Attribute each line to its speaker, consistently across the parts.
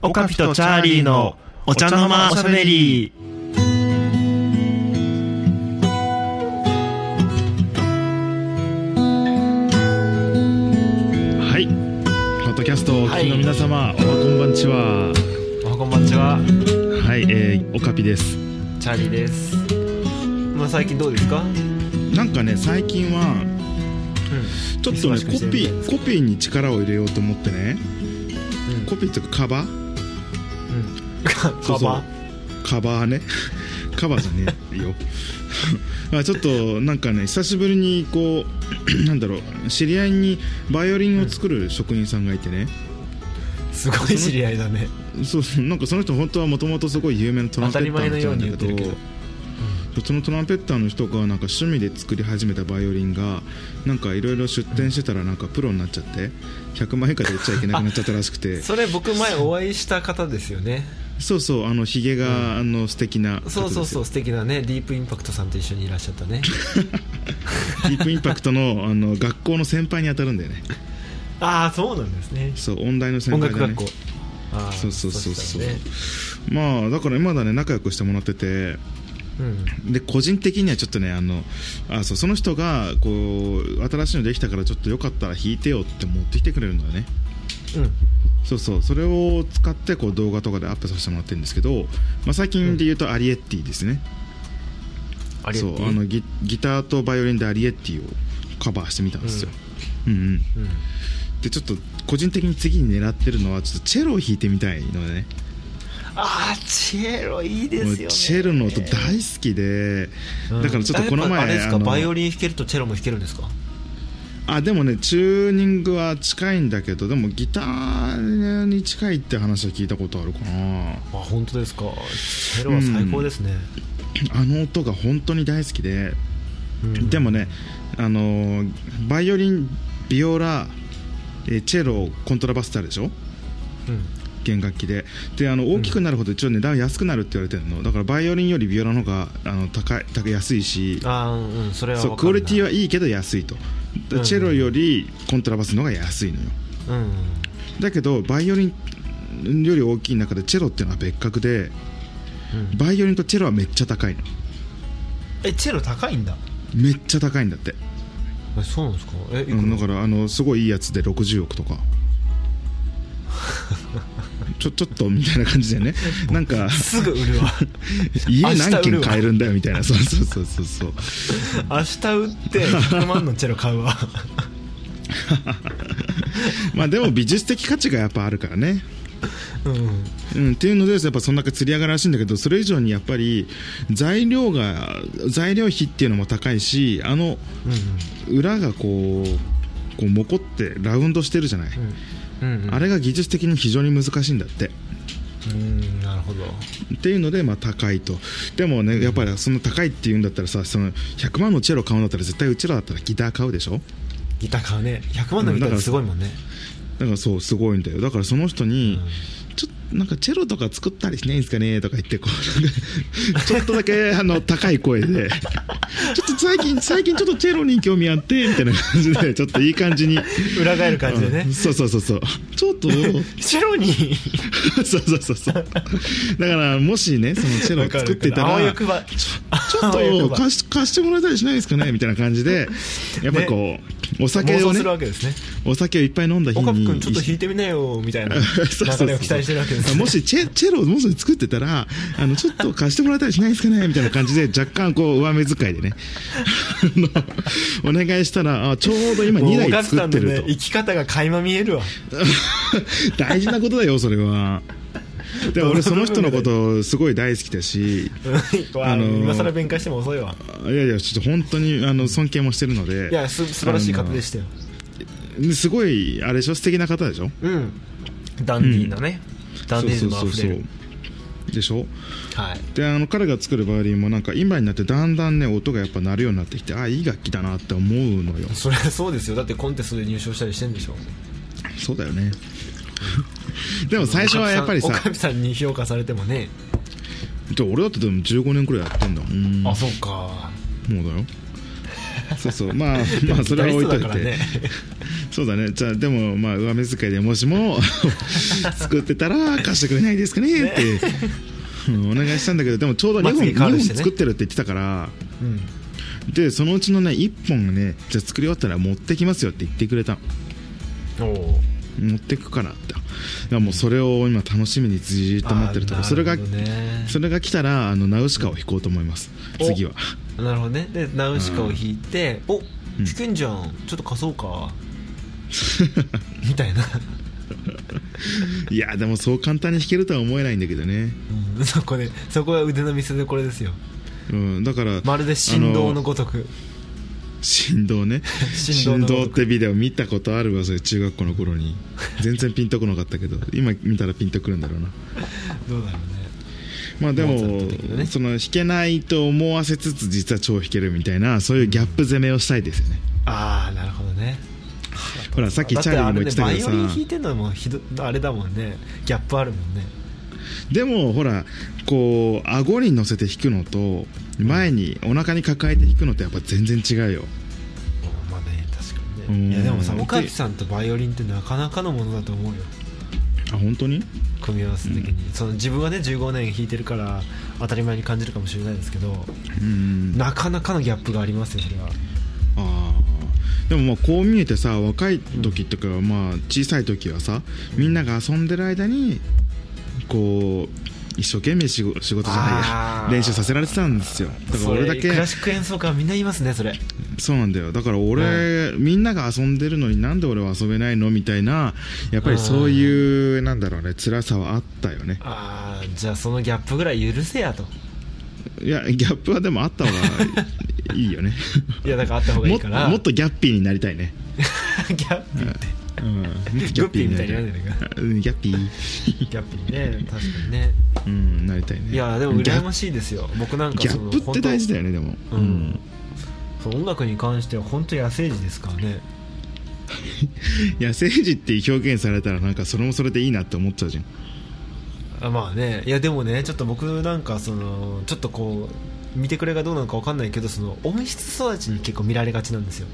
Speaker 1: オカピとチャーリーのお茶の間おしゃべり。
Speaker 2: はい。ポッドキャストをお聞きの皆様、おはこんばんちは。
Speaker 3: おはこんばんちは、
Speaker 2: はい、えー、おかぴです。
Speaker 3: チャーリーです。まあ最近どうですか？
Speaker 2: なんかね、最近は、ちょっと
Speaker 3: 忙
Speaker 2: ね、
Speaker 3: し
Speaker 2: コ
Speaker 3: くしてるみ
Speaker 2: ピ
Speaker 3: たいで
Speaker 2: ー、
Speaker 3: す
Speaker 2: コピーに力を入れようと思ってね、
Speaker 3: うん
Speaker 2: コピーというかカバー
Speaker 3: うん。カバ
Speaker 2: そうそう
Speaker 3: ー。
Speaker 2: カバーね。 カバーじゃねえよ。 あちょっとなんかね久しぶりにこう なんだろう知り合いにバイオリンを作る職人さんがいてね、
Speaker 3: すごい知り合いだね。
Speaker 2: そうそうなんかその人本当はもともとすごい有名なトランペッターの人なんだけ
Speaker 3: 当た
Speaker 2: ど
Speaker 3: り前のように言ってるけど
Speaker 2: そのトランペッターの人がなんか趣味で作り始めたバイオリンがなんかいろいろ出展してたらなんかプロになっちゃって100万円以下で売っちゃいけなくなっちゃったらしくて
Speaker 3: それ僕前お会いした方ですよね。
Speaker 2: そうそうあのひげが、あの素敵な方です
Speaker 3: そ
Speaker 2: よ
Speaker 3: うそうそう素敵なねディープインパクトさんと一緒にいらっしゃったね。
Speaker 2: ディープインパクトのあの学校の先輩に当たるんだよね
Speaker 3: ああそうなんですね。
Speaker 2: そう音大の先
Speaker 3: 音
Speaker 2: 輩
Speaker 3: 楽
Speaker 2: がね
Speaker 3: 学校。あー
Speaker 2: そうそうそうそう
Speaker 3: でし
Speaker 2: まあだから今だね仲良くしてもらってて
Speaker 3: たね
Speaker 2: で個人的にはちょっとねあのあそうその人がこう新しいのできたからちょっとよかったら弾いてよって持ってきてくれるのよね
Speaker 3: うんうん。
Speaker 2: そうそうそれを使ってこう動画とかでアップさせてもらってるんですけど、まあ、最近で言うとアリエッティですね、
Speaker 3: ありが
Speaker 2: そ
Speaker 3: とう
Speaker 2: うあのギギターとバイオリンでアリエッティをカバーしてみたんですよ、うん、うん
Speaker 3: うん
Speaker 2: でちょっと個人的に次に狙ってるのはちょっとチェロを弾いてみたいのでね
Speaker 3: ああチェロいいですよ
Speaker 2: もう
Speaker 3: ね。
Speaker 2: チェロの音大好きで、だからちょっとこの
Speaker 3: うんあやぱあれ
Speaker 2: 前
Speaker 3: です
Speaker 2: あ
Speaker 3: か
Speaker 2: の
Speaker 3: バイオリン弾けるとチェロも弾けるんですか？
Speaker 2: あでもねチューニングは近いんだけどでもギターに近いって話は聞いたことあるかな
Speaker 3: あ本当ですか。チェロは最高ですね。
Speaker 2: あの音が本当に大好きで、
Speaker 3: うん
Speaker 2: でもねあのーバイオリンビオラえーチェロコントラバスってあるでしょ
Speaker 3: うん
Speaker 2: 弦楽器でであの大きくなるほど一応値段安くなるって言われてるのだからバイオリンよりビオラの方があの高い高い安いし
Speaker 3: ああうんそれは
Speaker 2: そうクオリティ
Speaker 3: は
Speaker 2: はいいけど安いとで
Speaker 3: うん
Speaker 2: チェロよりコントラバスの方が安いのよ
Speaker 3: うん
Speaker 2: だけどバイオリンより大きい中でチェロっていうのは別格で
Speaker 3: うん
Speaker 2: バイオリンとチェロはめっちゃ高いの
Speaker 3: えチェロ高いんだ
Speaker 2: めっちゃ高いんだって
Speaker 3: えそうなんですかえいく
Speaker 2: う
Speaker 3: ら
Speaker 2: んだからあのすごいいいやつで60億とかちょちょっとみたいな感じでねなんか
Speaker 3: すぐ売る わ
Speaker 2: 家
Speaker 3: 明
Speaker 2: 何
Speaker 3: 日売
Speaker 2: 軒
Speaker 3: るわ
Speaker 2: 買えるんだよみたいなそうそうそうそうそう
Speaker 3: 明日売って100万のチェロ買うわ
Speaker 2: まあでも美術的価値がやっぱあるからね
Speaker 3: うんうん
Speaker 2: うん、っていうのでやっぱそんだけ釣り上がるらしいんだけどそれ以上にやっぱり材料が材料費っていうのも高いしあの裏がこうこうモコってラウンドしてるじゃない、
Speaker 3: うんうんうん
Speaker 2: あれが技術的に非常に難しいんだって
Speaker 3: うんなるほど
Speaker 2: っていうのでまあ高いとでもねやっぱりその高いっていうんだったらさその100万のチェロ買うんだったら絶対うちらだったらギター買うでしょ
Speaker 3: ギター買うね100万のギターってすごいもんね
Speaker 2: だからそうすごいんだよだからその人に、ちょっとなんかチェロとか作ったりしないんですかねとか言ってこうなんか ちょっとだけあの高い声でちょっと最近最近ちょっとチェロに興味あってみたいな感じでちょっといい感じに
Speaker 3: 裏返る感じでね
Speaker 2: うんそうそうそうそうちょっと
Speaker 3: チェロに
Speaker 2: そうそうそうそうだからもしねそのチェロを作ってた
Speaker 3: わ
Speaker 2: ら
Speaker 3: かるわかるあわよくば
Speaker 2: ちょ
Speaker 3: あ
Speaker 2: っ
Speaker 3: わよ
Speaker 2: と
Speaker 3: くば
Speaker 2: 貸し貸してもらえたりしないですかねみたいな感じでやっぱりこう、お酒
Speaker 3: 妄
Speaker 2: を
Speaker 3: 想
Speaker 2: ね
Speaker 3: するわけですね
Speaker 2: お酒をいっぱい飲んだ日
Speaker 3: 岡部
Speaker 2: に
Speaker 3: 君ちょっと 弾いてみなよみたいな流れを期待してるわけですね
Speaker 2: もしチェチェロをもし作ってたらあのちょっと貸してもらえたりしないですかねみたいな感じで若干こう上目遣いでね あのお願いしたらあちょうど今2
Speaker 3: もう岡
Speaker 2: 台作って
Speaker 3: 部さん
Speaker 2: る
Speaker 3: の
Speaker 2: と、
Speaker 3: ね生き方が垣間見えるわ
Speaker 2: 大事なことだよそれはで俺その人のことすごい大好きだし あのー
Speaker 3: 今更弁解しても遅いわ
Speaker 2: いやいやちょっと本当にあの尊敬もしてるので
Speaker 3: いやす素晴らしい方でしたよ
Speaker 2: すごいあれでしょ素敵な方でしょ
Speaker 3: うんダンディーなね、ダンディズムあふれる
Speaker 2: でしょ
Speaker 3: はい
Speaker 2: であの彼が作るバイオリンもなんか今になってだんだんね音がやっぱ鳴るようになってきてあいい楽器だなって思うのよ
Speaker 3: それはそうですよだってコンテストで入賞したりしてんでしょ
Speaker 2: そうだよ ねでも最初はやっぱりさ
Speaker 3: おかみさんおかみさんに評価されてもね、
Speaker 2: で俺だってでも15年くらいやってんだもん
Speaker 3: あそうか
Speaker 2: もうだよそうそうまあまあそれは置いとい
Speaker 3: ギタリストだか
Speaker 2: て、
Speaker 3: らね
Speaker 2: そうだねじゃあでもまあ上目遣いでもしも 作ってたら貸してくれないですかねってうんお願いしたんだけどでもちょうど2
Speaker 3: まつ
Speaker 2: 本,、
Speaker 3: げカール
Speaker 2: 本
Speaker 3: してね
Speaker 2: 作ってるって言ってたから
Speaker 3: うん
Speaker 2: でそのうちのね1本がねじゃあ作り終わったら持ってきますよって言ってくれた
Speaker 3: お
Speaker 2: 持ってくからってだからもうそれを今楽しみにじーっと待ってるところ
Speaker 3: あー
Speaker 2: それ
Speaker 3: な
Speaker 2: が
Speaker 3: るほどね
Speaker 2: それが来たらあのナウシカを弾こうと思います
Speaker 3: お
Speaker 2: 次は
Speaker 3: おなるほどねでナウシカを弾いて「お弾
Speaker 2: ん
Speaker 3: けんじゃんちょっと貸そうか」 みたいな、
Speaker 2: いやでもそう簡単に弾けるとは思えないんだけどね、
Speaker 3: うん、そこでそこは腕の見せこれですよ
Speaker 2: うん、だから
Speaker 3: まるで振動の
Speaker 2: あ
Speaker 3: ごとく
Speaker 2: 振 動ね
Speaker 3: 振動
Speaker 2: 振
Speaker 3: の
Speaker 2: 動ってビデオ見たことあるわそれ中学校の頃に全然ピンとこなかったけど今見たらピンとくるんだろうな
Speaker 3: どうだろうね
Speaker 2: まあで
Speaker 3: モーツァル
Speaker 2: も、
Speaker 3: ト的なね
Speaker 2: その弾けないと思わせつつ実は超弾けるみたいなそういうギャップ攻めをしたいですよね
Speaker 3: ああなるほどね
Speaker 2: ほらさっき
Speaker 3: だっ
Speaker 2: チ
Speaker 3: て
Speaker 2: ャーリー
Speaker 3: あれね
Speaker 2: にも言っ
Speaker 3: バイ
Speaker 2: てたけ
Speaker 3: オ
Speaker 2: どさ
Speaker 3: リン弾いてんのもひどあれだもんねギャップあるもんね
Speaker 2: でもほらこう顎に乗せて弾くのと前にお腹に抱えて弾くのってやっぱ全然違うよ
Speaker 3: まあね確か
Speaker 2: う
Speaker 3: に
Speaker 2: ん
Speaker 3: ねいやでもさ
Speaker 2: で
Speaker 3: 岡崎さんとバイオリンってなかなかのものだと思うよ
Speaker 2: あ本当に
Speaker 3: 組み合わせ的に、その自分はね15年弾いてるから当たり前に感じるかもしれないですけど
Speaker 2: うん
Speaker 3: なかなかのギャップがありますよそれは
Speaker 2: あーでもまあこう見えてさ若い時とかまあ小さい時はさみんなが遊んでる間にこう一生懸命仕事仕事じゃ
Speaker 3: あ
Speaker 2: ないや
Speaker 3: ー
Speaker 2: 練習させられてたんですよだから
Speaker 3: そ
Speaker 2: 俺
Speaker 3: れ
Speaker 2: だけ
Speaker 3: クラシック演奏家はみんな言いますねそれ
Speaker 2: そうなんだよだから俺、みんなが遊んでるのになんで俺は遊べないのみたいなやっぱりそういう、なんだろうね辛さはあったよね
Speaker 3: ああじゃあそのギャップぐらい許せやと
Speaker 2: いやギャップはでもあった方がいいよね
Speaker 3: いやだからあ った方がい
Speaker 2: も
Speaker 3: い
Speaker 2: っ
Speaker 3: から
Speaker 2: もっとギャッピーになりたいね、
Speaker 3: ギャッピーって
Speaker 2: うん、もっとギ
Speaker 3: グッピーみたいになるんじゃないか
Speaker 2: うんギャッピー
Speaker 3: ギャッピーね確かにね
Speaker 2: うんなりたいね
Speaker 3: いやでも
Speaker 2: ギャ
Speaker 3: 羨ましいですよ僕なんか
Speaker 2: ギャ
Speaker 3: その
Speaker 2: ップって大事だよねでも
Speaker 3: 本当うんそう音楽に関しては本当野生児ですからね
Speaker 2: 野生児っていう表現されたらなんかそれもそれでいいなって思っちゃうじゃん
Speaker 3: あまあねいやでもねちょっと僕なんかそのちょっとこう見てくれがどうなのか分かんないけどその温室育ちに結構見られがちなんですよ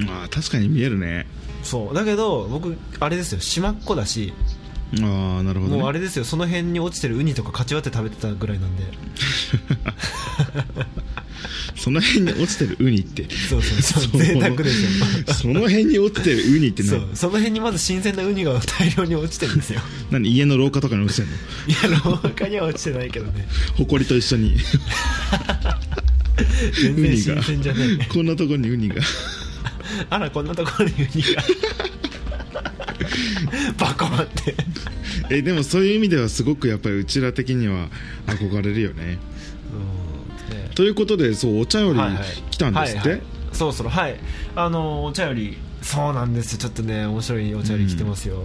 Speaker 2: あー確かに見えるね
Speaker 3: そうだけど僕あれですよ島っ子だし
Speaker 2: ああなるほど、ね、
Speaker 3: もうあれですよその辺に落ちてるウニとかかち割って食べてたぐらい なんで
Speaker 2: その辺に落ちてるウニって
Speaker 3: そうそう そう
Speaker 2: の
Speaker 3: 贅沢ですよ
Speaker 2: その辺に落ちてるウニって
Speaker 3: そ
Speaker 2: 何
Speaker 3: うその辺にまず新鮮なウニが大量に落ちてるんです よ
Speaker 2: 何家の廊下とかに落ちてる
Speaker 3: い
Speaker 2: の
Speaker 3: や廊下には落ちてないけどね
Speaker 2: ほこりと一緒に
Speaker 3: 全
Speaker 2: ウ
Speaker 3: 然
Speaker 2: ニが
Speaker 3: 新鮮じゃない
Speaker 2: こんなところにウニが
Speaker 3: あらこんなところにウニがバコンって
Speaker 2: えでもそういう意味ではすごくやっぱりうちら的には憧れるよね
Speaker 3: うんね
Speaker 2: ということでそうお茶より
Speaker 3: はいはい
Speaker 2: 来たんですって、
Speaker 3: はいはいそろそろはいあのお茶よりそうなんですよちょっとね面白いお茶より来てますよ、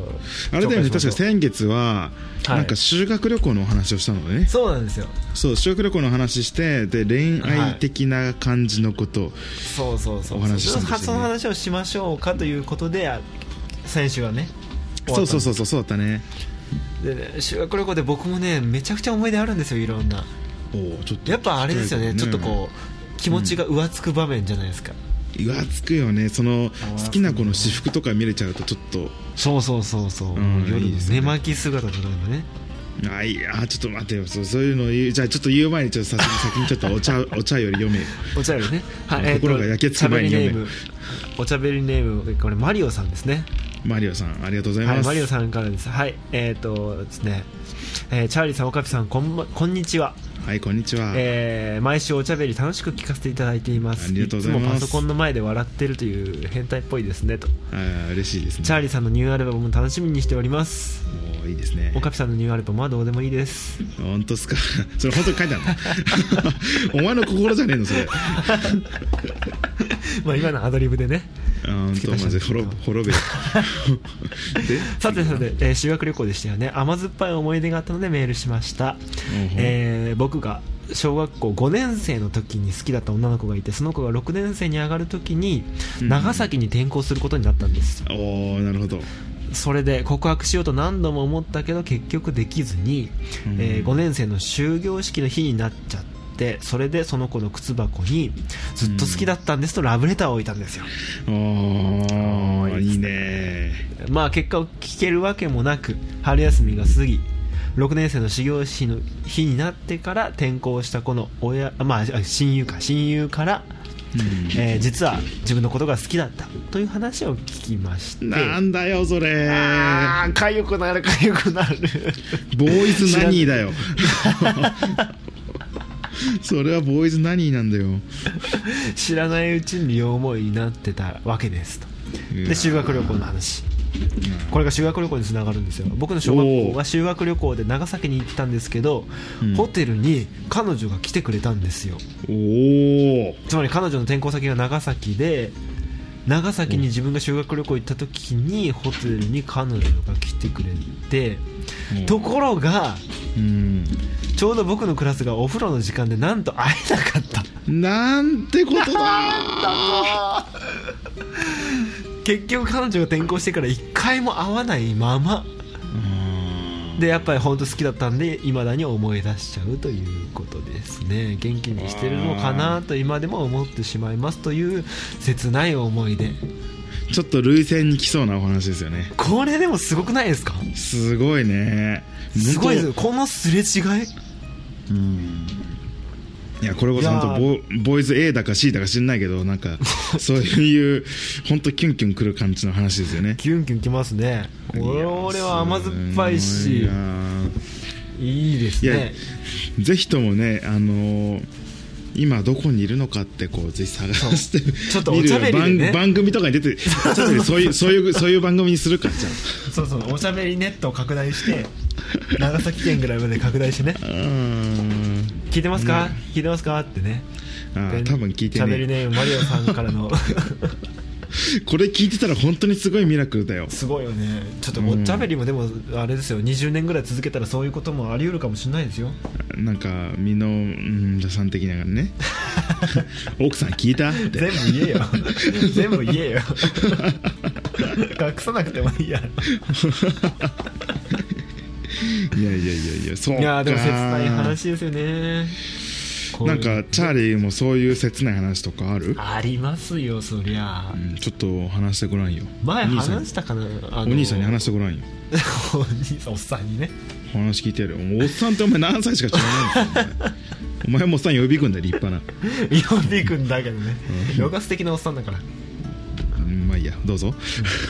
Speaker 2: あれだよね
Speaker 3: 紹介
Speaker 2: 確
Speaker 3: しま
Speaker 2: か
Speaker 3: しょう
Speaker 2: 先月は、
Speaker 3: はい
Speaker 2: なんか修学旅行のお話をしたのね
Speaker 3: そうなんですよ
Speaker 2: そう修学旅行の話してで恋愛的な感じのこと、
Speaker 3: そうそうそう
Speaker 2: お話ししたんですよね
Speaker 3: その話をしましょうかということであ先週はね
Speaker 2: そうそう
Speaker 3: う
Speaker 2: そうそうそうだったね
Speaker 3: で、ね、修学旅行で僕もねめちゃくちゃ思い出あるんですよいろんな
Speaker 2: おーちょっと
Speaker 3: やっぱあれですよねちょっとこう気持ちが浮つく場面じゃないですか、
Speaker 2: うわつくよねその
Speaker 3: ー
Speaker 2: 好きな子の私服とか見れちゃうとちょっと
Speaker 3: そうそうそうそう、
Speaker 2: うん
Speaker 3: 夜の
Speaker 2: いいですね
Speaker 3: 寝巻き姿とかね
Speaker 2: あいやちょっと待てよそうそういうの言うじゃあちょっと言う前にちょっと先に先にちょっとお茶お茶より読めよ
Speaker 3: お茶よりね、
Speaker 2: うん
Speaker 3: えーと
Speaker 2: 心が焼けつく前に読め
Speaker 3: お茶べりネームお茶べりネームこれマリオさんですね
Speaker 2: マリオさんありがとうございます、
Speaker 3: はいマリオさんからですはいえっ、とですね、えーチャーリーさんオカピさんこんばこんにちは
Speaker 2: はいこんにちは、
Speaker 3: えー毎週おしゃべり楽しく聞かせていただいています
Speaker 2: ありがとうございます
Speaker 3: つもパソコンの前で笑ってるという変態っぽいですねと
Speaker 2: あー嬉しいですね
Speaker 3: チャーリーさんのニューアルバムも楽しみにしております
Speaker 2: おーいいですね
Speaker 3: オカピさんのニューアルバムはどうでもいい です
Speaker 2: 本当っすかそれ本当に書いてあるの お前の心じゃねえのそれ
Speaker 3: まあ今のアドリブでね
Speaker 2: あんとマジで滅べ滅 べで
Speaker 3: さてさて、えー修学旅行でしたよね甘酸っぱい思い出があったのでメールしました、
Speaker 2: うんうん
Speaker 3: えー僕が小学校5年生の時に好きだった女の子がいてその子が6年生に上がる時に
Speaker 2: うん
Speaker 3: 長崎に転校することになったんです、
Speaker 2: おーなるほど
Speaker 3: それで告白しようと何度も思ったけど結局できずに、
Speaker 2: うん
Speaker 3: え5年生の終業式の日になっちゃってしてそれでその子の靴箱にずっと好きだったんですとラブレターを置いたんですよ、
Speaker 2: おーいいね
Speaker 3: まあ結果を聞けるわけもなく春休みが過ぎ6年生の始業式の日になってから転校した子の親あまああ親友か親友から、えー実は自分のことが好きだったという話を聞きまして
Speaker 2: なんだよそれ
Speaker 3: あーかゆくなるかゆくなる
Speaker 2: ボーイズナニーだよ それはボーイズナニーなんだよ
Speaker 3: 知らないうちに両思いになってたわけですと
Speaker 2: う
Speaker 3: で
Speaker 2: わ
Speaker 3: 修学旅行の話これが修学旅行につながるんですよ僕の小学校は修学旅行で長崎に行ったんですけど、
Speaker 2: うん
Speaker 3: ホテルに彼女が来てくれたんですよ
Speaker 2: おお
Speaker 3: つまり彼女の転校先が長崎で長崎に自分が修学旅行行った時にホテルに彼女が来てくれてところが
Speaker 2: うん
Speaker 3: ちょうど僕のクラスがお風呂の時間でなんと会えなかった
Speaker 2: なんてこと だ
Speaker 3: 結局彼女が転校してから一回も会わないままでやっぱり本当好きだったんでいまだに思い出しちゃうということですね元気にしてるのかなと今でも思ってしまいますという切ない思い出
Speaker 2: ちょっと涙腺に来そうなお話ですよね
Speaker 3: これでもすごくないですか
Speaker 2: すごいね
Speaker 3: すごいです
Speaker 2: 本
Speaker 3: このすれ違い
Speaker 2: 当うんいやこれこそ本当ボボーイズ A だか C だか知んないけどな んかそういう本当キュンキュンくる感じの話ですよね
Speaker 3: キュンキュンきますねこれ俺は甘酸っぱいし
Speaker 2: やー
Speaker 3: いいです
Speaker 2: いや、
Speaker 3: ね
Speaker 2: ぜひともね、あのー今どこにいるのかってこうぜひ探して
Speaker 3: ちょっと
Speaker 2: 見
Speaker 3: お
Speaker 2: る
Speaker 3: しゃべりでね
Speaker 2: 番番組とかに出てちょっとねそういうそういうそういう番組にするかじゃ
Speaker 3: そうそうおしゃべりネットを拡大して長崎県ぐらいまで拡大してね
Speaker 2: あうーん
Speaker 3: 聞いてますか、聞いてますかってね
Speaker 2: あー多分聞いて
Speaker 3: しゃべり
Speaker 2: ね
Speaker 3: ねマリオさんからの
Speaker 2: これ聞いてたら本当にすごいミラクルだよ
Speaker 3: すごいよねちょっとおしゃべりもでもあれですよ20年ぐらい続けたらそういうこともあり得るかもしれないですよ
Speaker 2: なんか美濃うんじゃさん的 なね奥さん聞いたっ
Speaker 3: 全
Speaker 2: て
Speaker 3: 部 言えよ全部言えよ隠さなくてもいいやろ
Speaker 2: いやいやいやいやそうか
Speaker 3: いやーでも切ない話ですよねこうい
Speaker 2: な
Speaker 3: うん
Speaker 2: かチャーリーもそういう切ない話とかある、
Speaker 3: ありますよそりゃ
Speaker 2: うん、ちょっと話してごらんよ
Speaker 3: 前
Speaker 2: 兄さん
Speaker 3: 話したかなあ
Speaker 2: お
Speaker 3: の
Speaker 2: 兄さんに話してごらんよ
Speaker 3: お兄さんおっさんにね
Speaker 2: お話聞いてやるよもうおっさんってお前何歳しか知らないんだよお前お前もおっさん予備軍だよ立派
Speaker 3: 呼んでいくんだけどねヨガ素敵なおっさんだから
Speaker 2: なうんまあいいやどうぞ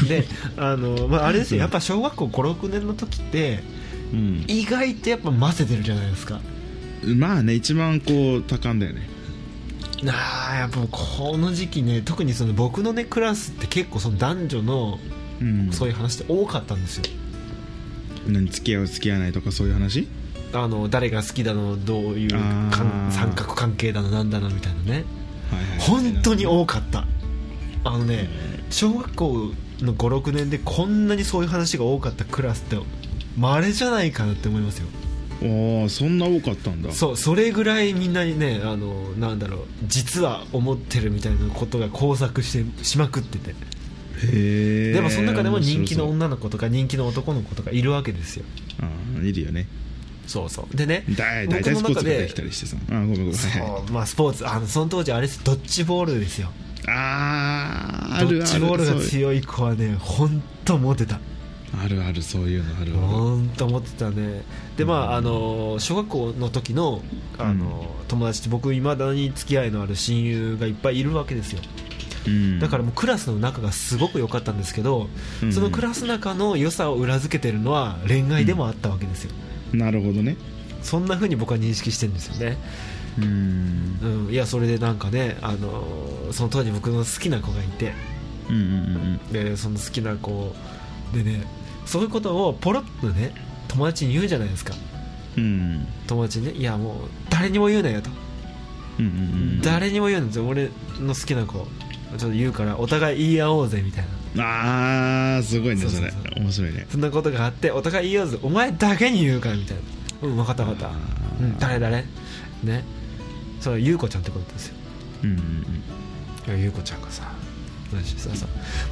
Speaker 3: であの、まあ、あれですよやっぱ小学校56年の時って
Speaker 2: うん
Speaker 3: 意外とやっぱ混ぜてるじゃないですか
Speaker 2: まあね一番こう多感だよね
Speaker 3: なあやっぱこの時期ね特にその僕のねクラスって結構その男女の
Speaker 2: うん
Speaker 3: そういう話って多かったんですよ
Speaker 2: 何付き合う付き合わないとかそういう話
Speaker 3: あの誰が好きだのどういうかん
Speaker 2: あー
Speaker 3: 三角関係だのなんだのみたいなね
Speaker 2: はいはい
Speaker 3: 本当に多かったあのね小学校の56年でこんなにそういう話が多かったクラスってまれじゃないかなって思いますよ
Speaker 2: おおそんな多かったんだ
Speaker 3: そうそれぐらいみんなにねあのなんだろう実は思ってるみたいなことが交錯してしまくってて
Speaker 2: へえ
Speaker 3: でもその中でも人気の
Speaker 2: 面
Speaker 3: 女の子とか人気の男の子とかいるわけですよ
Speaker 2: 白そうあーいるよね
Speaker 3: そうそうでね
Speaker 2: だい
Speaker 3: 僕
Speaker 2: 大体
Speaker 3: の
Speaker 2: スポー
Speaker 3: 中
Speaker 2: ツが
Speaker 3: で
Speaker 2: できたりしてさあーごめんごめんはいはい
Speaker 3: そうまあスポーツあのその当時あれですドッジボールですよ
Speaker 2: あーあ
Speaker 3: ド
Speaker 2: る
Speaker 3: ッ
Speaker 2: ある
Speaker 3: ジボールが
Speaker 2: そう
Speaker 3: 強い子はね本当モテた
Speaker 2: あるあるそういうのあるあ
Speaker 3: 本当モテたねでまああの小学校の時のあの友達って僕いまだに付き合いのある親友がいっぱいいるわけですよ
Speaker 2: る、うん
Speaker 3: だからもうクラスの仲がすごく良かったんですけど、
Speaker 2: うん
Speaker 3: そのクラス仲の良さを裏付けてるのは恋愛でもあったわけですよ、
Speaker 2: なるほどね
Speaker 3: そんな風に僕は認識してるんですよね、
Speaker 2: うん
Speaker 3: うん、いやそれでなんかね、あのーその当時僕の好きな子がいて
Speaker 2: うんうんうん
Speaker 3: でその好きな子でねそういうことをポロッとね友達に言うじゃないですか
Speaker 2: うん
Speaker 3: 友達にねいやもう誰にも言うなよと、
Speaker 2: うんうんうん
Speaker 3: 誰にも言うなよと俺の好きな子ちょっと言うからお互い言い合おうぜみたいな
Speaker 2: あーすごいね
Speaker 3: そうそう
Speaker 2: それ
Speaker 3: そう
Speaker 2: 面白いね
Speaker 3: そんなことがあってお互い言いようぜお前だけに言うからみたいなうん分かった分かっ
Speaker 2: あ
Speaker 3: た
Speaker 2: ー
Speaker 3: うん誰誰ねそうゆうこちゃんってことですよ
Speaker 2: うんうん
Speaker 3: いやゆうこちゃんがさ何 してささ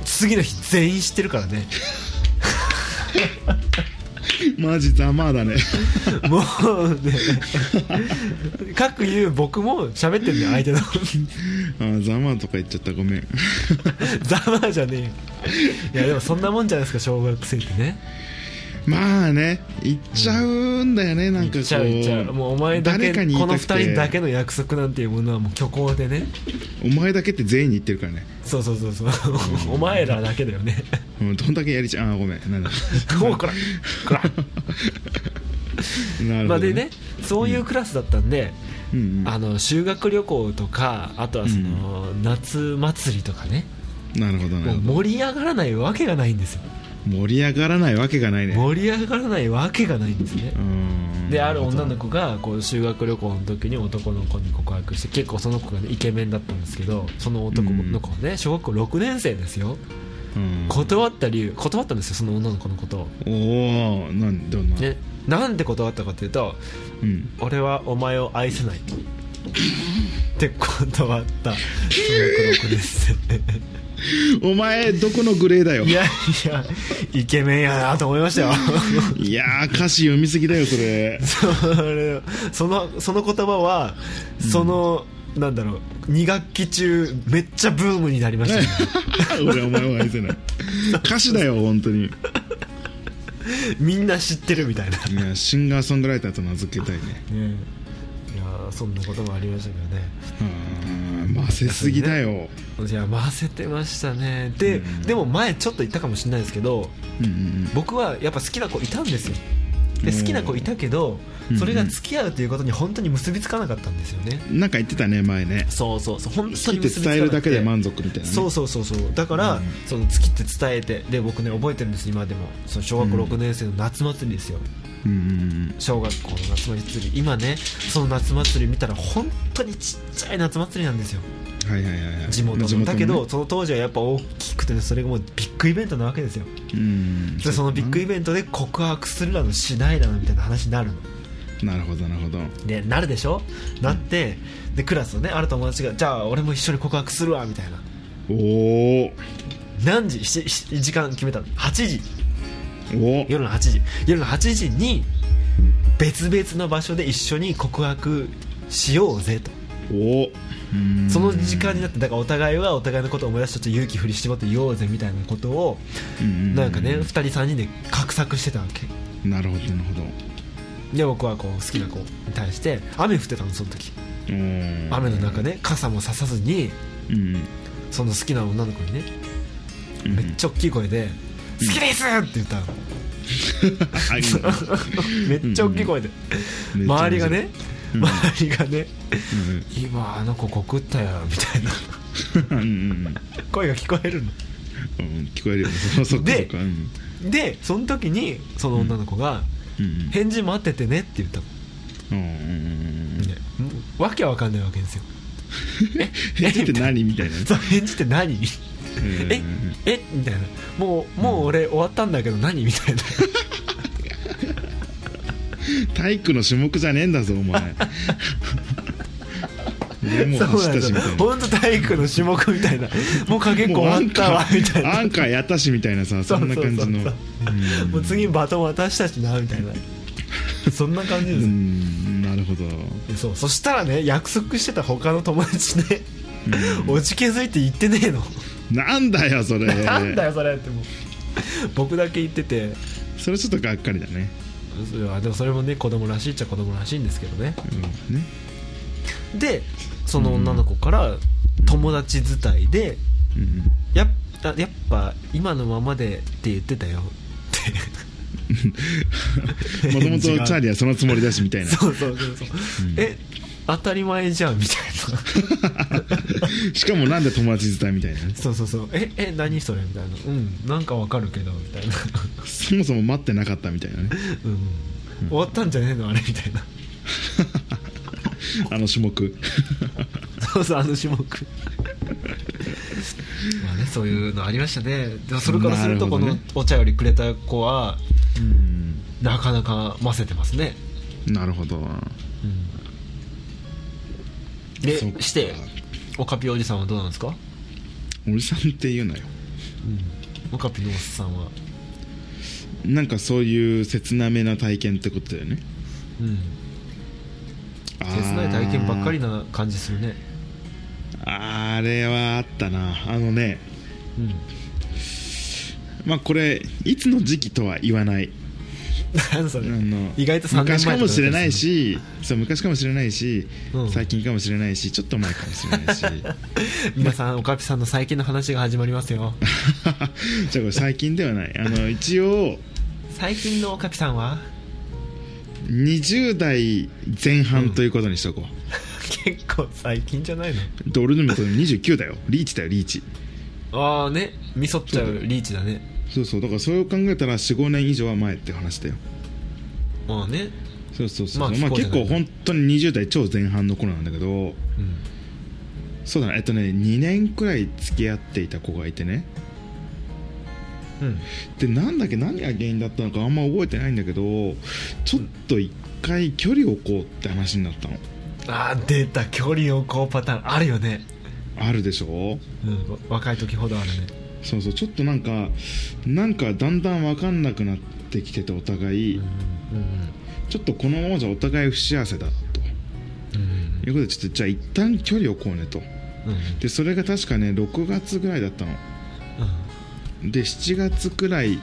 Speaker 3: 次の日全員知ってるからね
Speaker 2: マジざまあだね
Speaker 3: もうね各言う僕も喋ってんだよ相手 の
Speaker 2: あーざまあとか言っちゃったごめん
Speaker 3: ざまじゃねえよいやでもそんなもんじゃないですか小学生ってね
Speaker 2: まあね言っちゃうんだよね、なんかこ
Speaker 3: 言
Speaker 2: う
Speaker 3: っちゃう言っちゃうもうお前だけ
Speaker 2: 誰かに言
Speaker 3: こ
Speaker 2: い
Speaker 3: の
Speaker 2: た
Speaker 3: 二
Speaker 2: くて
Speaker 3: 人だけの約束なんていうものはもう虚構でね
Speaker 2: お前だけって全員に言ってるからね
Speaker 3: そうそうそうそうお前らだけだよね
Speaker 2: うんどんだけやりちゃあーごめん なんだ
Speaker 3: こうこらこら
Speaker 2: なるほど、
Speaker 3: まあでねそういうクラスだったんで、
Speaker 2: うんうん
Speaker 3: あの修学旅行とかあとはその、夏祭りとかね
Speaker 2: なるほどな
Speaker 3: もう
Speaker 2: るほど
Speaker 3: 盛り上がらないわけがないんですよ
Speaker 2: 盛り上がらないわけがないね
Speaker 3: 盛り上がらないわけがないんですね
Speaker 2: うん
Speaker 3: である女の子がこう修学旅行の時に男の子に告白して結構その子が、ね、イケメンだったんですけどその男の子はね小学校6年生ですよ
Speaker 2: うん
Speaker 3: 断った理由断ったんですよその女の子のことを、
Speaker 2: おおなんどんな、
Speaker 3: ね、なんで断ったかというと
Speaker 2: うん
Speaker 3: 「俺はお前を愛せない」って断った小学6年生
Speaker 2: お前どこのグレーだよ
Speaker 3: いやいやイケメンやなと思いましたよ
Speaker 2: いやー歌詞読みすぎだよそ れ
Speaker 3: それ そのその言葉はその、なんだろう2学期中めっちゃブームになりました、ね、
Speaker 2: 俺お前を愛せない歌詞だよ本当にい
Speaker 3: みんな知ってるみたいな、
Speaker 2: やシンガーソングライターと名付けたいね
Speaker 3: いやーそんなこともありましたけどね
Speaker 2: あーませすぎだよ、
Speaker 3: いや回せてましたねで、
Speaker 2: うん
Speaker 3: でも前ちょっと言ったかもしれないですけど
Speaker 2: うんうん
Speaker 3: 僕はやっぱ好きな子いたんですよで
Speaker 2: おー
Speaker 3: 好きな子いたけど
Speaker 2: うんうん
Speaker 3: それが付き合うということに本当に結びつかなかったんですよね、
Speaker 2: うん、なんか言ってたね前ね
Speaker 3: そうそうそう本当
Speaker 2: 好き
Speaker 3: に
Speaker 2: って
Speaker 3: 結びつか
Speaker 2: 伝
Speaker 3: な
Speaker 2: える
Speaker 3: くて
Speaker 2: だけで満足みたいな、ね、
Speaker 3: そうそうそうそうだから、
Speaker 2: うん
Speaker 3: その月って伝えてで僕ね覚えてるんです今でもその小学校
Speaker 2: うん
Speaker 3: 6年生の夏祭りですよ、
Speaker 2: うんうん
Speaker 3: 小学校の夏祭り今ねその夏祭り見たら本当にちっちゃい夏祭りなんですよ
Speaker 2: うんはいはいはいはい
Speaker 3: 地元の
Speaker 2: ね
Speaker 3: だけど、その当時はやっぱ大きくてねそれがもうビッグイベントなわけですよ
Speaker 2: うん
Speaker 3: でそのビッグイ
Speaker 2: ベ
Speaker 3: ベントで告白するなのしないなのみたいな話になるの
Speaker 2: ントなるほどなるほど
Speaker 3: でなるでしょなって、でクラスのねある友達がじゃあ俺も一緒に告白するわみたいな
Speaker 2: おお
Speaker 3: 何時しし時間決めたの8時
Speaker 2: お
Speaker 3: 夜の8時夜の8時に別々の場所で一緒に告白しようぜと
Speaker 2: おおうん
Speaker 3: その時間になってだからお互いはお互いのことを思い出してちょっと勇気振り絞って言おうぜみたいなことを
Speaker 2: うう
Speaker 3: なんかね2人3人で画策してたわけ
Speaker 2: なるほどなるほど
Speaker 3: で僕はこう好きな子に対して雨降ってたのその時
Speaker 2: おー
Speaker 3: 雨の中ね傘もささずに
Speaker 2: うん
Speaker 3: その好きな女の子にね
Speaker 2: うん
Speaker 3: めっちゃ大きい声で「好きです!」って言ったの
Speaker 2: あいいね
Speaker 3: めっちゃ大きい声で
Speaker 2: うんうん
Speaker 3: 周りがね
Speaker 2: うん
Speaker 3: 周りがね
Speaker 2: う
Speaker 3: 「
Speaker 2: ん
Speaker 3: 今あの子告ったよ」みたいな
Speaker 2: うんうん
Speaker 3: 声が聞こえるの
Speaker 2: うん聞こえるよねそそっかそっかうん
Speaker 3: でその時にその女の子が
Speaker 2: うん
Speaker 3: 「返事待っててね」って言ったの、
Speaker 2: うんうんうん
Speaker 3: ねわけわかんないわけですよ
Speaker 2: 返事って何みたいな ね
Speaker 3: そう返事って何
Speaker 2: うん
Speaker 3: ええみたいなもうもう俺終わったんだけど何みたいな
Speaker 2: 体育の種目じゃねえんだぞ お前俺もう
Speaker 3: そう
Speaker 2: 走っ
Speaker 3: なん
Speaker 2: た
Speaker 3: で
Speaker 2: し
Speaker 3: すよ
Speaker 2: みたいな
Speaker 3: 本当体育の種目みたいなもうかけっこ
Speaker 2: もう
Speaker 3: 終わったわ
Speaker 2: アンカー
Speaker 3: みたい
Speaker 2: ア
Speaker 3: な
Speaker 2: ンカーやったしみたいなさ
Speaker 3: そ
Speaker 2: そ
Speaker 3: そ
Speaker 2: うん
Speaker 3: うそ
Speaker 2: な
Speaker 3: うそう
Speaker 2: 感じの
Speaker 3: もう次バトン渡したしなみたいなそんな感じ
Speaker 2: う
Speaker 3: です、
Speaker 2: んなるほど
Speaker 3: そうそしたらね約束してた他の友達ねおじけづいて言ってねえの
Speaker 2: なんだよそれ
Speaker 3: なんだよそれってもう僕だけ言ってて
Speaker 2: それちょっとがっかりだね
Speaker 3: いやでもそれもね子供らしいっちゃ子供らしいんですけどね
Speaker 2: うんね
Speaker 3: でその女の子から友達伝いで
Speaker 2: うん
Speaker 3: やっあやっぱ今のままでって言ってたよっ
Speaker 2: もともとチ
Speaker 3: 違う
Speaker 2: ャーリーはそのつもりだしみたい
Speaker 3: て
Speaker 2: な
Speaker 3: そうそうそうそう、え当たり前じゃんみたいな
Speaker 2: しかもなんで友達伝いみたいなね
Speaker 3: そうそうそうええ何それみたいなうんなんかわかるけどみたいな、
Speaker 2: そもそも待ってなかったみたいなね
Speaker 3: うん、終わったんじゃねえのあれみたいな
Speaker 2: あの種目
Speaker 3: そうそうあの種目 まあねそういうのありましたねでもそれからするとこ
Speaker 2: なるほどね
Speaker 3: のお茶よりくれた子は
Speaker 2: うん
Speaker 3: なかなかませてますね、
Speaker 2: なるほど
Speaker 3: うん、で
Speaker 2: そっか
Speaker 3: しておかぴおじさんはどうなんですか、
Speaker 2: おじさんって言うなよ
Speaker 3: うん、おかぴのおっさんは
Speaker 2: なんかそういう切なめな体験ってことだよね
Speaker 3: うん切ない体験ばっかりな感じするね
Speaker 2: あーあれはあったなあのね
Speaker 3: うん
Speaker 2: まあこれいつの時期とは言わない
Speaker 3: 何 そ
Speaker 2: あ
Speaker 3: れ
Speaker 2: の
Speaker 3: 意外と3年前
Speaker 2: 昔か
Speaker 3: と
Speaker 2: もしれないしそう昔かもしれないし、
Speaker 3: うん
Speaker 2: 最近かもしれないしちょっと前かもしれないし
Speaker 3: 皆さんおかぴさんの最近の話が始まりますよ
Speaker 2: じゃあこれ最近ではないあの一応
Speaker 3: 最近のおかぴさんは
Speaker 2: 20代前半ということにしとこ
Speaker 3: 結構最近じゃないの
Speaker 2: う、で俺の見た目29だよリーチだよリーチ
Speaker 3: ああねミソっちゃうリーチだね
Speaker 2: そうそうだからそれを考えたら45年以上は前って話だよ
Speaker 3: まあね
Speaker 2: そうそうそう、
Speaker 3: まあ
Speaker 2: まあ、
Speaker 3: そうじゃ
Speaker 2: 結
Speaker 3: ない
Speaker 2: 構本当に20代超前半の頃なんだけど
Speaker 3: うん
Speaker 2: そうだねえっとね2年くらい付き合っていた子がいてね
Speaker 3: うん
Speaker 2: でなんだっけ何が原因だったのかあんま覚えてないんだけどちょっと一回距離を置こうって話になったの
Speaker 3: ああ出た距離をこうパターンあるよね
Speaker 2: あるでしょ
Speaker 3: うん若い時ほどあるね
Speaker 2: そうそうちょっとなんかなんかだんだん分かんなくなってきててお互い、
Speaker 3: うん
Speaker 2: ちょっとこのままじゃお互い不幸せだと
Speaker 3: うんうん
Speaker 2: いうことでちょっとじゃあ一旦距離を置こうねと
Speaker 3: うんうん
Speaker 2: でそれが確かね6月ぐらいだったので7月くらい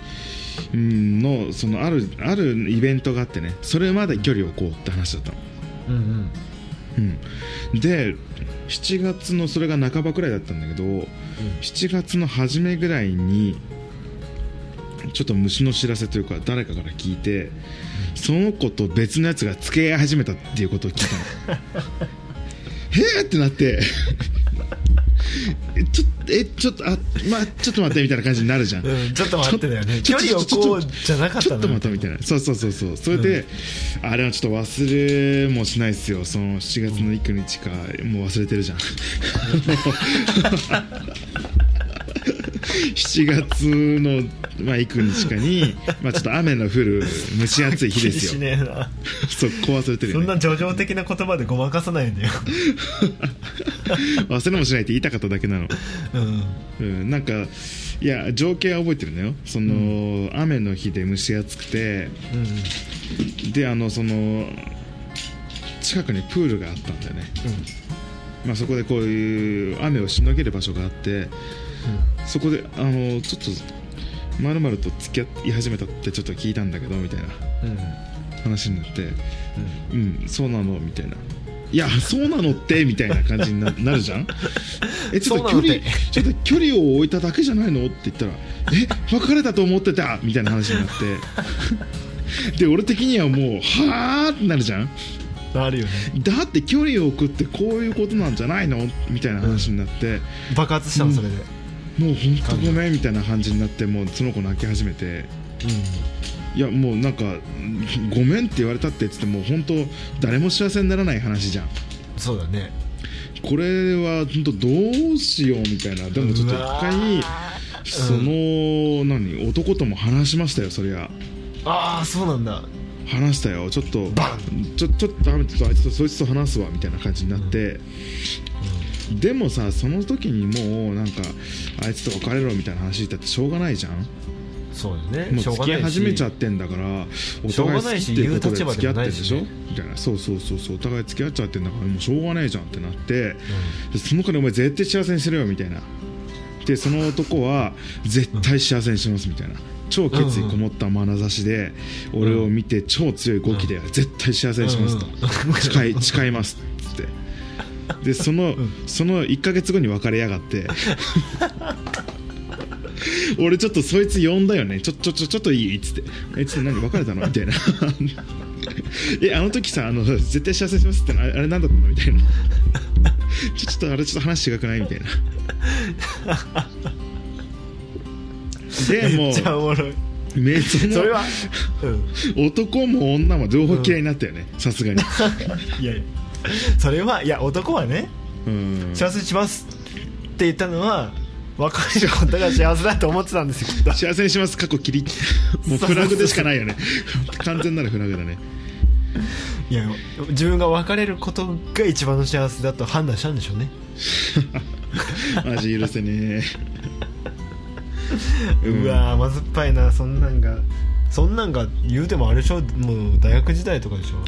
Speaker 2: うんのそのあるあるイベントがあってねそれまで距離を置こうって話だったの、
Speaker 3: うんうん
Speaker 2: うん、で7月のそれが半ばくらいだったんだけど7月の初めぐらいにちょっと虫の知らせというか誰かから聞いてその子と別のやつが付き合い始めたっていうことを聞いたのへえってなってえちょっとえちょっとあまあちょっと待ってみたいな感じになるじゃん
Speaker 3: うん、うん、ちょっと待ってだよね
Speaker 2: ち
Speaker 3: 距
Speaker 2: ょ
Speaker 3: 離を
Speaker 2: ちょちょ
Speaker 3: こうじゃなかっ
Speaker 2: ち
Speaker 3: た
Speaker 2: ょっ
Speaker 3: な
Speaker 2: とまたみたいなそうそうそうそうそれで、あれはちょっと忘れもしないですよその7月の幾日か、もう忘れてる じゃん7月の、まあ、幾日かに、まあ、ちょっと雨の降る蒸し暑い日です
Speaker 3: し
Speaker 2: よ
Speaker 3: ねえな
Speaker 2: そうこう忘れてる
Speaker 3: そ
Speaker 2: よ、
Speaker 3: んな
Speaker 2: ね、
Speaker 3: 叙情的な言葉でごまかさないんだよ、
Speaker 2: 忘れもしないって言いたかっただけなの、
Speaker 3: うん、
Speaker 2: うん、なんかいや情景は覚えてるのよその、雨の日で蒸し暑くて
Speaker 3: うんうん
Speaker 2: であのその近くにプールがあったんだよね、まあ、そこでこういう雨をしのげる場所があってそこであのちょっとまるまると付き合い始めたってちょっと聞いたんだけどみたいな
Speaker 3: うんうん
Speaker 2: 話になってうんそうなのみたいないやそうなのってみたいな感じにな なるじゃんえちょっと
Speaker 3: そう
Speaker 2: 距
Speaker 3: なの
Speaker 2: 離
Speaker 3: って
Speaker 2: ちょっと距離を置いただけじゃないのって言ったらえ別れたと思ってたみたいな話になって で俺的にはもうはあってなるじゃん
Speaker 3: うんあるよね
Speaker 2: だって距離を置くってこういうことなんじゃないのみたいな話になって、
Speaker 3: 爆発したのそれで
Speaker 2: もう本当ごめんみたいな感じになってもうその子泣き始めていやもうなんかうんごめんって言われたって言っててもう本当誰も幸せにならない話じゃん
Speaker 3: うんそうだね
Speaker 2: これは本当どうしようみたいなでもちょっと
Speaker 3: う
Speaker 2: 一
Speaker 3: わ
Speaker 2: 回
Speaker 3: ー
Speaker 2: その何男とも話しましたよそりゃ
Speaker 3: ああそうなんだ
Speaker 2: 話したよちょっと
Speaker 3: バ
Speaker 2: ちょちょっとダメちょっとあいつとそいつと話すわみたいな感じになって、でもさその時にもうなんかあいつと別れろみたいな話したってしょうがないじゃん
Speaker 3: そうだね
Speaker 2: もう
Speaker 3: しょう
Speaker 2: 付
Speaker 3: が
Speaker 2: き
Speaker 3: な
Speaker 2: 合い
Speaker 3: い
Speaker 2: 始めちゃ
Speaker 3: し
Speaker 2: ってんだからお
Speaker 3: しょうが
Speaker 2: 互い好
Speaker 3: ない
Speaker 2: き
Speaker 3: し
Speaker 2: っていうことで
Speaker 3: 言う立
Speaker 2: 付
Speaker 3: 場
Speaker 2: き
Speaker 3: で
Speaker 2: 合
Speaker 3: も
Speaker 2: って
Speaker 3: ない
Speaker 2: る
Speaker 3: し
Speaker 2: で
Speaker 3: ね
Speaker 2: しょみたいなそうそうそうそうお互い付き合っちゃってんだからもうしょうがないじゃんってなって、そのからお前絶対幸せにするよみたいなでその男は絶対幸せにしますみたいな超決意こもった眼差しで俺を見て超強い語気で絶対幸せにしますと
Speaker 3: うんうん
Speaker 2: 誓い誓いますっつってでそのその1ヶ月後に別れやがって俺ちょっとそいつ呼んだよねちょちょちょちょっといいっつってえちょっと何別れたのみたいな えあの時さあの絶対幸せにしますってのあれあれ何だったのみ たいなちょちょっとあれちょっと話違くないみたいなでも
Speaker 3: めっちゃ
Speaker 2: う
Speaker 3: おもろい
Speaker 2: めっちゃ
Speaker 3: それはうん
Speaker 2: 男も女も両方嫌いになったよねさすがに
Speaker 3: いやいやそれはいや男はね
Speaker 2: うん
Speaker 3: 幸せにしますって言ったのは別れることが幸せだと思ってたんですよきっと
Speaker 2: 幸せにします過 去切りもうフラグでしかないよね完全なるフラグだね
Speaker 3: いや自分が別れることが一番の幸せだと判断したんでしょうね
Speaker 2: マジ許せねえ
Speaker 3: うわーまずっぱいなそんなんがそんなんが言うてもあれでしょもう大学時代とかでしょ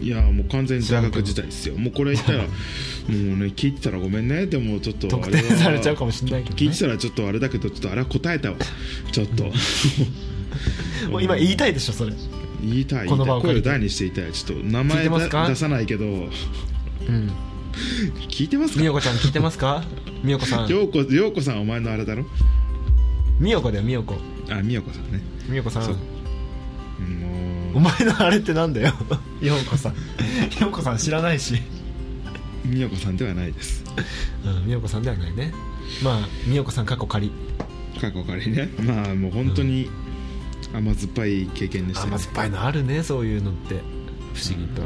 Speaker 2: いやもう完全に大学時代ですよもうこれ言った らもうね聞いてたらごめんねでもちょっとあ
Speaker 3: 特
Speaker 2: れ
Speaker 3: 定
Speaker 2: は
Speaker 3: されちゃうかもしれないけど、ね、
Speaker 2: 聞いてたらちょっとあれだけどちょっとあれは答えたわちょっと
Speaker 3: もう今言いたいでしょそれ
Speaker 2: 言いたい
Speaker 3: こ
Speaker 2: 言い
Speaker 3: の場
Speaker 2: た
Speaker 3: を借
Speaker 2: い声
Speaker 3: り
Speaker 2: を
Speaker 3: て
Speaker 2: 大にして言いたいちょっと名
Speaker 3: 聞い
Speaker 2: 前
Speaker 3: てますか
Speaker 2: だ出さないけど
Speaker 3: うん
Speaker 2: 聞いてますか
Speaker 3: みよこちゃん聞いてますかみよこさん
Speaker 2: ようこようこさんお前のあれだろ
Speaker 3: みよこだよみよこ
Speaker 2: あみよこさんね
Speaker 3: みよこさ
Speaker 2: そうんも
Speaker 3: お前のあれってなんだよようこさんようこさん知らないし、
Speaker 2: うみよこさんではないです
Speaker 3: うん、みよこさんではないねまあみよこさん過去仮
Speaker 2: 過去からねまあもう本当に甘酸っぱい経験でしたね
Speaker 3: 甘酸っぱいのあるねそういうのって不思議と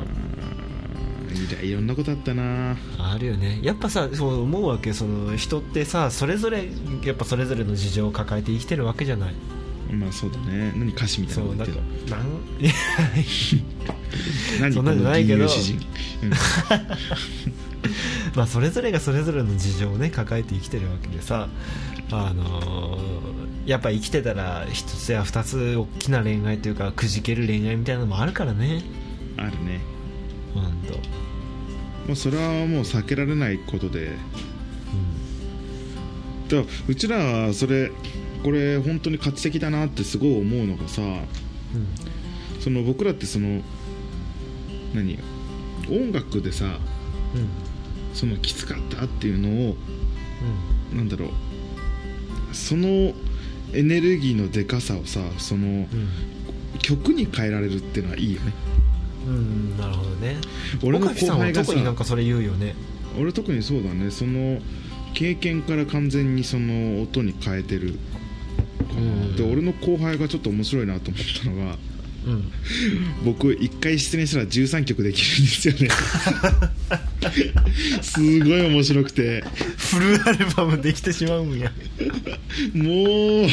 Speaker 2: いやいろんなことあったな
Speaker 3: あるよねやっぱさそう思うわけその人ってさそれぞれやっぱそれぞれの事情を抱えて生きてるわけじゃない
Speaker 2: まあそうだね何歌詞みたいな
Speaker 3: そ
Speaker 2: こ
Speaker 3: う
Speaker 2: と言
Speaker 3: だ
Speaker 2: って
Speaker 3: か
Speaker 2: る
Speaker 3: らなんいや
Speaker 2: 何
Speaker 3: そんなんじゃないけど
Speaker 2: この自由詩人うん
Speaker 3: まあそれぞれがそれぞれの事情をね抱えて生きてるわけでさあのーやっぱ生きてたら一つや二つ大きな恋愛というかくじける恋愛みたいなのもあるからね
Speaker 2: あるね
Speaker 3: ほんと、
Speaker 2: もうそれはもう避けられないことでだからうちらはそれこれ本当に価値的だなってすごい思うのがさ
Speaker 3: うん
Speaker 2: その僕らってその何音楽でさ
Speaker 3: うんうん
Speaker 2: そのきつかったっていうのをなんだろうそのエネルギーのでかさをさその
Speaker 3: うん
Speaker 2: 曲に変えられるっていうのはいいよね
Speaker 3: うん、うん、なるほどね
Speaker 2: 俺の
Speaker 3: 岡部
Speaker 2: 後
Speaker 3: さんは
Speaker 2: 輩が
Speaker 3: 特
Speaker 2: さ
Speaker 3: になんかそれ言うよね
Speaker 2: 俺特にそうだねその経験から完全にその音に変えてるかな
Speaker 3: うん
Speaker 2: で俺の後輩がちょっと面白いなと思ったのが
Speaker 3: うん
Speaker 2: 僕一回失恋したら13曲できるんで すよねすごい面白くて
Speaker 3: フルアルバムできてしまうんや
Speaker 2: もうね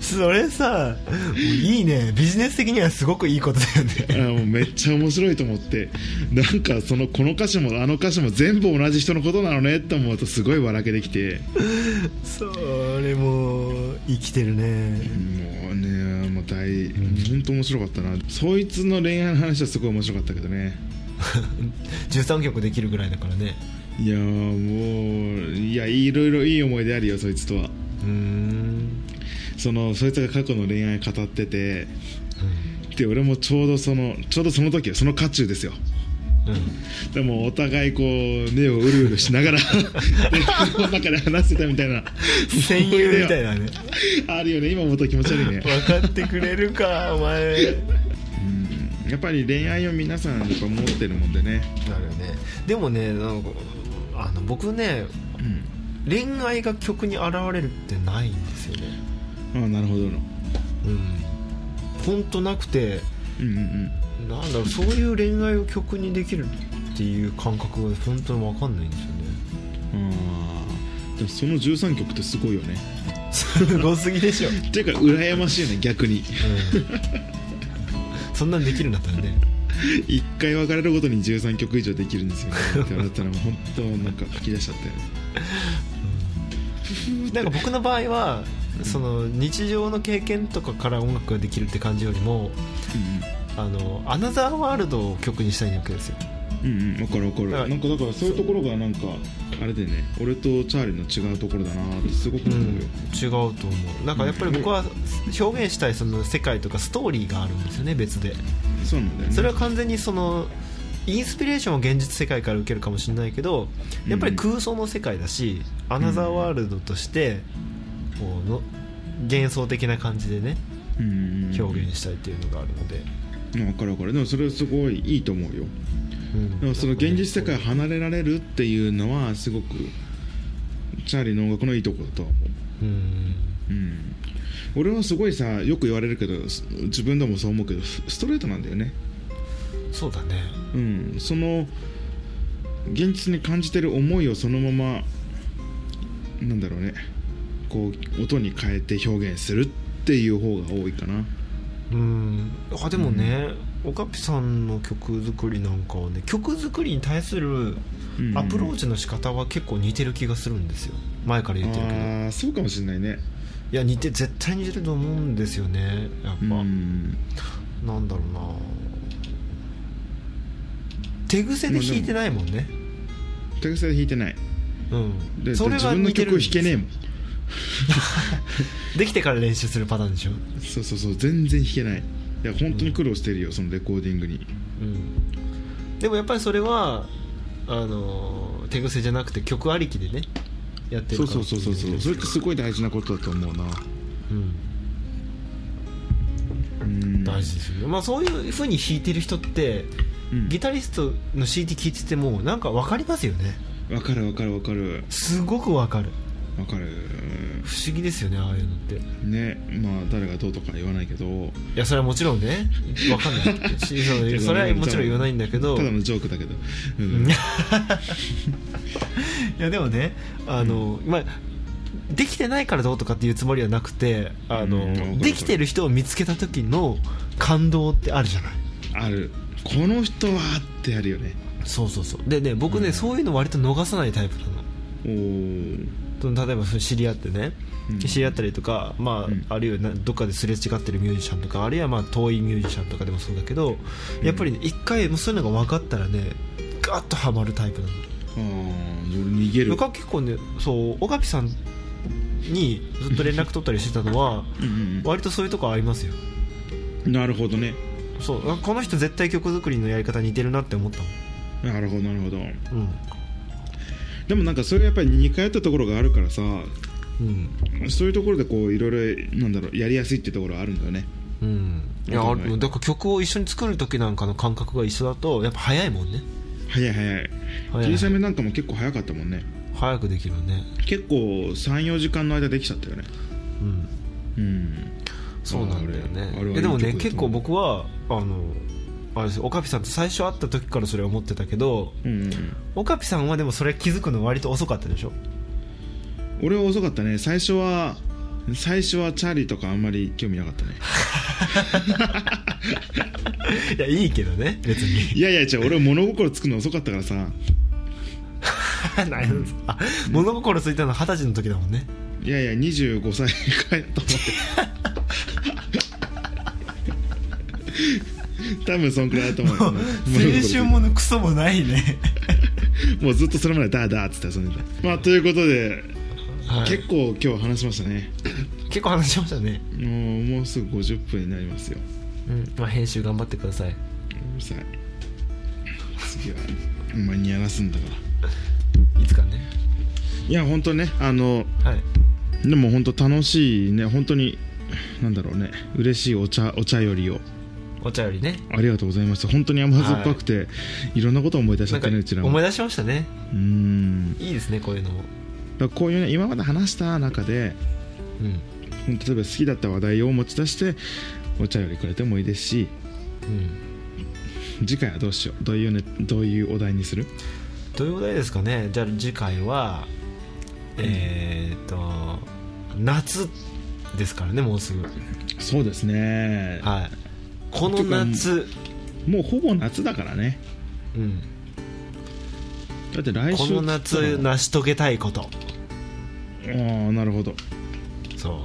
Speaker 3: それさいいねビジネス的にはすごくいいことだよ
Speaker 2: あ
Speaker 3: ね
Speaker 2: もうめっちゃ面白いと思ってなんかそのこの歌詞もあの歌詞も全部同じ人のことなのねって思うとすごい笑けてきて
Speaker 3: それも生きてるね
Speaker 2: もうねもう大本当面白かったなそいつの恋愛の話はすごい面白かったけどね
Speaker 3: 13曲できるぐらいだからね
Speaker 2: いやーもういやいろいろいい思い出あるよそいつとは
Speaker 3: うーん
Speaker 2: そのそいつが過去の恋愛語っててで俺もちょうどそのちょうどその時よその渦中ですよ
Speaker 3: うんうん
Speaker 2: でもお互いこう目をうるうるしな がら電話の中で話してたみたいな
Speaker 3: 戦友みたいなね
Speaker 2: あるよね今思うと気持ち悪いね
Speaker 3: 分かってくれるかお前
Speaker 2: やっぱり恋愛を皆さんやっぱ持ってるもんでね
Speaker 3: なるよねでもねなんかあの僕ね
Speaker 2: うん
Speaker 3: 恋愛が曲に現れるってないんですよね
Speaker 2: ああなるほど
Speaker 3: う
Speaker 2: の
Speaker 3: んほんとなくて
Speaker 2: うんうんうん
Speaker 3: なんだろうそういう恋愛を曲にできるっていう感覚が本当に分かんないんですよね
Speaker 2: あーでもその13曲ってすごいよね
Speaker 3: す ごすぎでしょ、
Speaker 2: っていうか羨ましいよね逆に
Speaker 3: そんなんできるんだったらね
Speaker 2: 一回別れるごとに13曲以上できるんですよねって言われたらもう本当なんか吹き出しちゃったよね
Speaker 3: なんか僕の場合はその日常の経験とかから音楽ができるって感じよりもあのアナザーワールドを曲にしたいわけですよ
Speaker 2: うんうん分かる分かる
Speaker 3: はい
Speaker 2: なんかだからそういうところがなんかあれでね俺とチャーリーの違うところだなってすごく
Speaker 3: う
Speaker 2: 思うんよ、
Speaker 3: 違うと思うなんかやっぱり僕は表現したいその世界とかストーリーがあるんですよね別で
Speaker 2: そうなんだよね
Speaker 3: それは完全にそのインスピレーションを現実世界から受けるかもしれないけどやっぱり空想の世界だし、アナザーワールドとしてこうの幻想的な感じでね
Speaker 2: うんうんうん
Speaker 3: 表現したいっていうのがあるので、
Speaker 2: 分かる分かるでもそれはすごいいいと思うよ
Speaker 3: うん
Speaker 2: でもその現実世界を離れられるっていうのはすごくチャーリーの音楽のいいところだとは思
Speaker 3: う
Speaker 2: う
Speaker 3: ん
Speaker 2: うん、俺はすごいさよく言われるけどす自分でもそう思うけどスストレートなんだよね
Speaker 3: そうだね
Speaker 2: うんその現実に感じてる思いをそのままなんだろうねこう音に変えて表現するっていう方が多いかな
Speaker 3: うんあでもね、オカピさんの曲作りなんかはね曲作りに対する
Speaker 2: うん
Speaker 3: アプローチの仕方は結構似てる気がするんですよ前から
Speaker 2: あ
Speaker 3: 言ってるけど
Speaker 2: ーそうかもしれないね
Speaker 3: いや似て絶対似てると思うんですよねやっぱ、
Speaker 2: うん
Speaker 3: なんだろうな手癖で弾いてないもんね、
Speaker 2: 手癖で弾いてない
Speaker 3: うん、
Speaker 2: で
Speaker 3: それ
Speaker 2: 自
Speaker 3: は
Speaker 2: 分の
Speaker 3: 似てるん
Speaker 2: 曲
Speaker 3: です
Speaker 2: 弾けねえも ん
Speaker 3: できてから練習するパターンでしょ、
Speaker 2: そうそうそう全然弾けないいや本当に苦労してるよそのレコーディングに
Speaker 3: うん、でもやっぱりそれはあのー手癖じゃなくて曲ありきでねやって
Speaker 2: そ
Speaker 3: る
Speaker 2: う
Speaker 3: から
Speaker 2: そうそうそうそうそれってすごい大事なことだと思うな
Speaker 3: うん、
Speaker 2: うん
Speaker 3: 大事ですよね、まあ、そういうふうに弾いてる人って
Speaker 2: うん
Speaker 3: ギタリストの CD 聴いててもなんか分かりますよね
Speaker 2: わかるわかるわかる
Speaker 3: すごく分かる
Speaker 2: わかる
Speaker 3: 不思議ですよねああいうのってい
Speaker 2: ねまあ誰がどうとか言わないけど
Speaker 3: やそれはもちろんね分かんないしそう それはもちろん言わないんだけど
Speaker 2: ただのジョークだけど、
Speaker 3: う
Speaker 2: う
Speaker 3: ん
Speaker 2: ん
Speaker 3: いやでもねあの、まあできてないからどうとかっていうつもりはなくてあの、
Speaker 2: うんわかる
Speaker 3: できてる人を見つけた時の感動ってあるじゃない
Speaker 2: あるこの人はってあるよね
Speaker 3: そうそうそうでね僕ね、
Speaker 2: うん
Speaker 3: そういうの割と逃さないタイプなの
Speaker 2: おー
Speaker 3: その例えば知り合ってね、
Speaker 2: うん
Speaker 3: 知り合ったりとか、まあ
Speaker 2: うん
Speaker 3: あるいはなどっかですれ違ってるミュージシャンとかあるいはまあ遠いミュージシャンとかでもそうだけどやっぱりね一回もうそういうのが分かったらねガッとハマるタイプなの
Speaker 2: あー俺逃げる
Speaker 3: 僕は結構ねそう岡部さんにずっと連絡取ったりしてたのは
Speaker 2: うんうん
Speaker 3: 割とそういうとこありますよ
Speaker 2: うんなるほどね
Speaker 3: そうあこの人絶対曲作りのやり方似てるなって思った
Speaker 2: なるほどなるほど
Speaker 3: もん
Speaker 2: でもなんかそれやっぱり似通ったところがあるからさ
Speaker 3: うんうん
Speaker 2: そういうところでこういろいろなんだろうやりやすいってところはあるんだよね
Speaker 3: うん、いやあ
Speaker 2: お互い
Speaker 3: るだから曲を一緒に作る時なんかの感覚が一緒だとやっぱ早いもんね
Speaker 2: 早い早い
Speaker 3: 早い
Speaker 2: 霧雨なんかも結構早かったもんね
Speaker 3: 早くできるよね
Speaker 2: 結構34時間の間できちゃったよね
Speaker 3: うん
Speaker 2: うん
Speaker 3: そうなんだよ
Speaker 2: あれあれはい
Speaker 3: ね
Speaker 2: い
Speaker 3: えでも
Speaker 2: 曲だ
Speaker 3: ね
Speaker 2: と思う
Speaker 3: 結構僕はあのあれですよ岡部さんと最初会った時からそれ思ってたけど
Speaker 2: うんうん
Speaker 3: 岡部さんはでもそれ気づくの割と遅かったでしょ
Speaker 2: 俺は遅かったね最初は最初はチャーリーとかあんまり興味なかったね
Speaker 3: いやいいけどね別に
Speaker 2: いやいや違う俺物心つくの遅かったからさ
Speaker 3: なるほどあ物心ついたの二十歳の時だもんね
Speaker 2: いやいや25歳かいと思って 多分そんくらいだと思うよ
Speaker 3: 青春ものクソもない ね、
Speaker 2: もうずっとそれまでダーダーっつって遊んでたまあということで、結構今日は話しましたね
Speaker 3: 結構話しましたね、
Speaker 2: もうもうすぐ50分になりますよ
Speaker 3: うんまあ、編集頑張ってくださいう
Speaker 2: るさい次はお前にやらすんだから
Speaker 3: いつかね
Speaker 2: いや本当ねあの
Speaker 3: はい
Speaker 2: でも本当楽しいね本当になんだろうね嬉しいお茶お茶よりを
Speaker 3: お茶よりね
Speaker 2: ありがとうございました本当に甘酸っぱくて、い、ろんなことを思い出しち
Speaker 3: な
Speaker 2: ゃっ
Speaker 3: ん
Speaker 2: た
Speaker 3: か
Speaker 2: ねうちらも
Speaker 3: 思い出しましたね
Speaker 2: うん
Speaker 3: いいですねこういうのも、
Speaker 2: だからこういうね今まで話した中で
Speaker 3: うん
Speaker 2: 本当例えば好きだった話題を持ち出してお茶よりくれてもいいですし
Speaker 3: うん、
Speaker 2: 次回はどうしようどういうねどういうお題にする
Speaker 3: どういうお題ですかねじゃあ次回はえー、っと夏ですからねもうすぐ
Speaker 2: そうですね
Speaker 3: はいこの夏
Speaker 2: もうほぼ夏だからね
Speaker 3: うん
Speaker 2: だって来
Speaker 3: こ
Speaker 2: 週
Speaker 3: の
Speaker 2: っ
Speaker 3: 夏
Speaker 2: つったら
Speaker 3: 成し遂げたいこと
Speaker 2: ああなるほど
Speaker 3: そ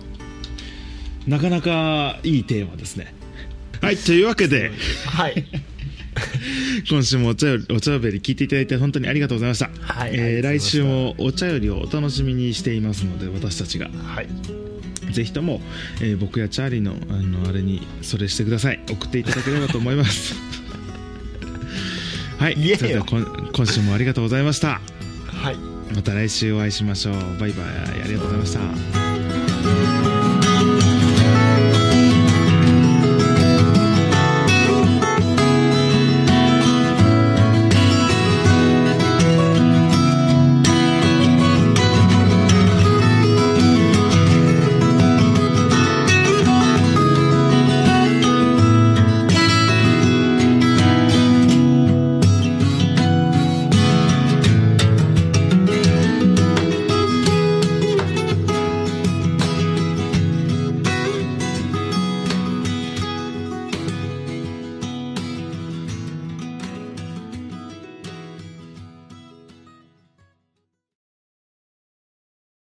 Speaker 3: う
Speaker 2: なかなかいいテーマですね はいというわけで
Speaker 3: はい。
Speaker 2: 今週もお茶よりお茶より聞いていただいて本当にありがとうございました、
Speaker 3: はい
Speaker 2: えー
Speaker 3: あり
Speaker 2: 来
Speaker 3: がとうご
Speaker 2: 週
Speaker 3: ざい
Speaker 2: もお茶よりをお楽しみにしていますので私たちが
Speaker 3: はい。
Speaker 2: ぜひとも、えー僕やチャーリーのあのあれにそれしてください送っていただければと思います はい
Speaker 3: 言えよ
Speaker 2: それではこん今週もありがとうございました
Speaker 3: はい。
Speaker 2: また来週お会いしましょうバイバイありがとうございました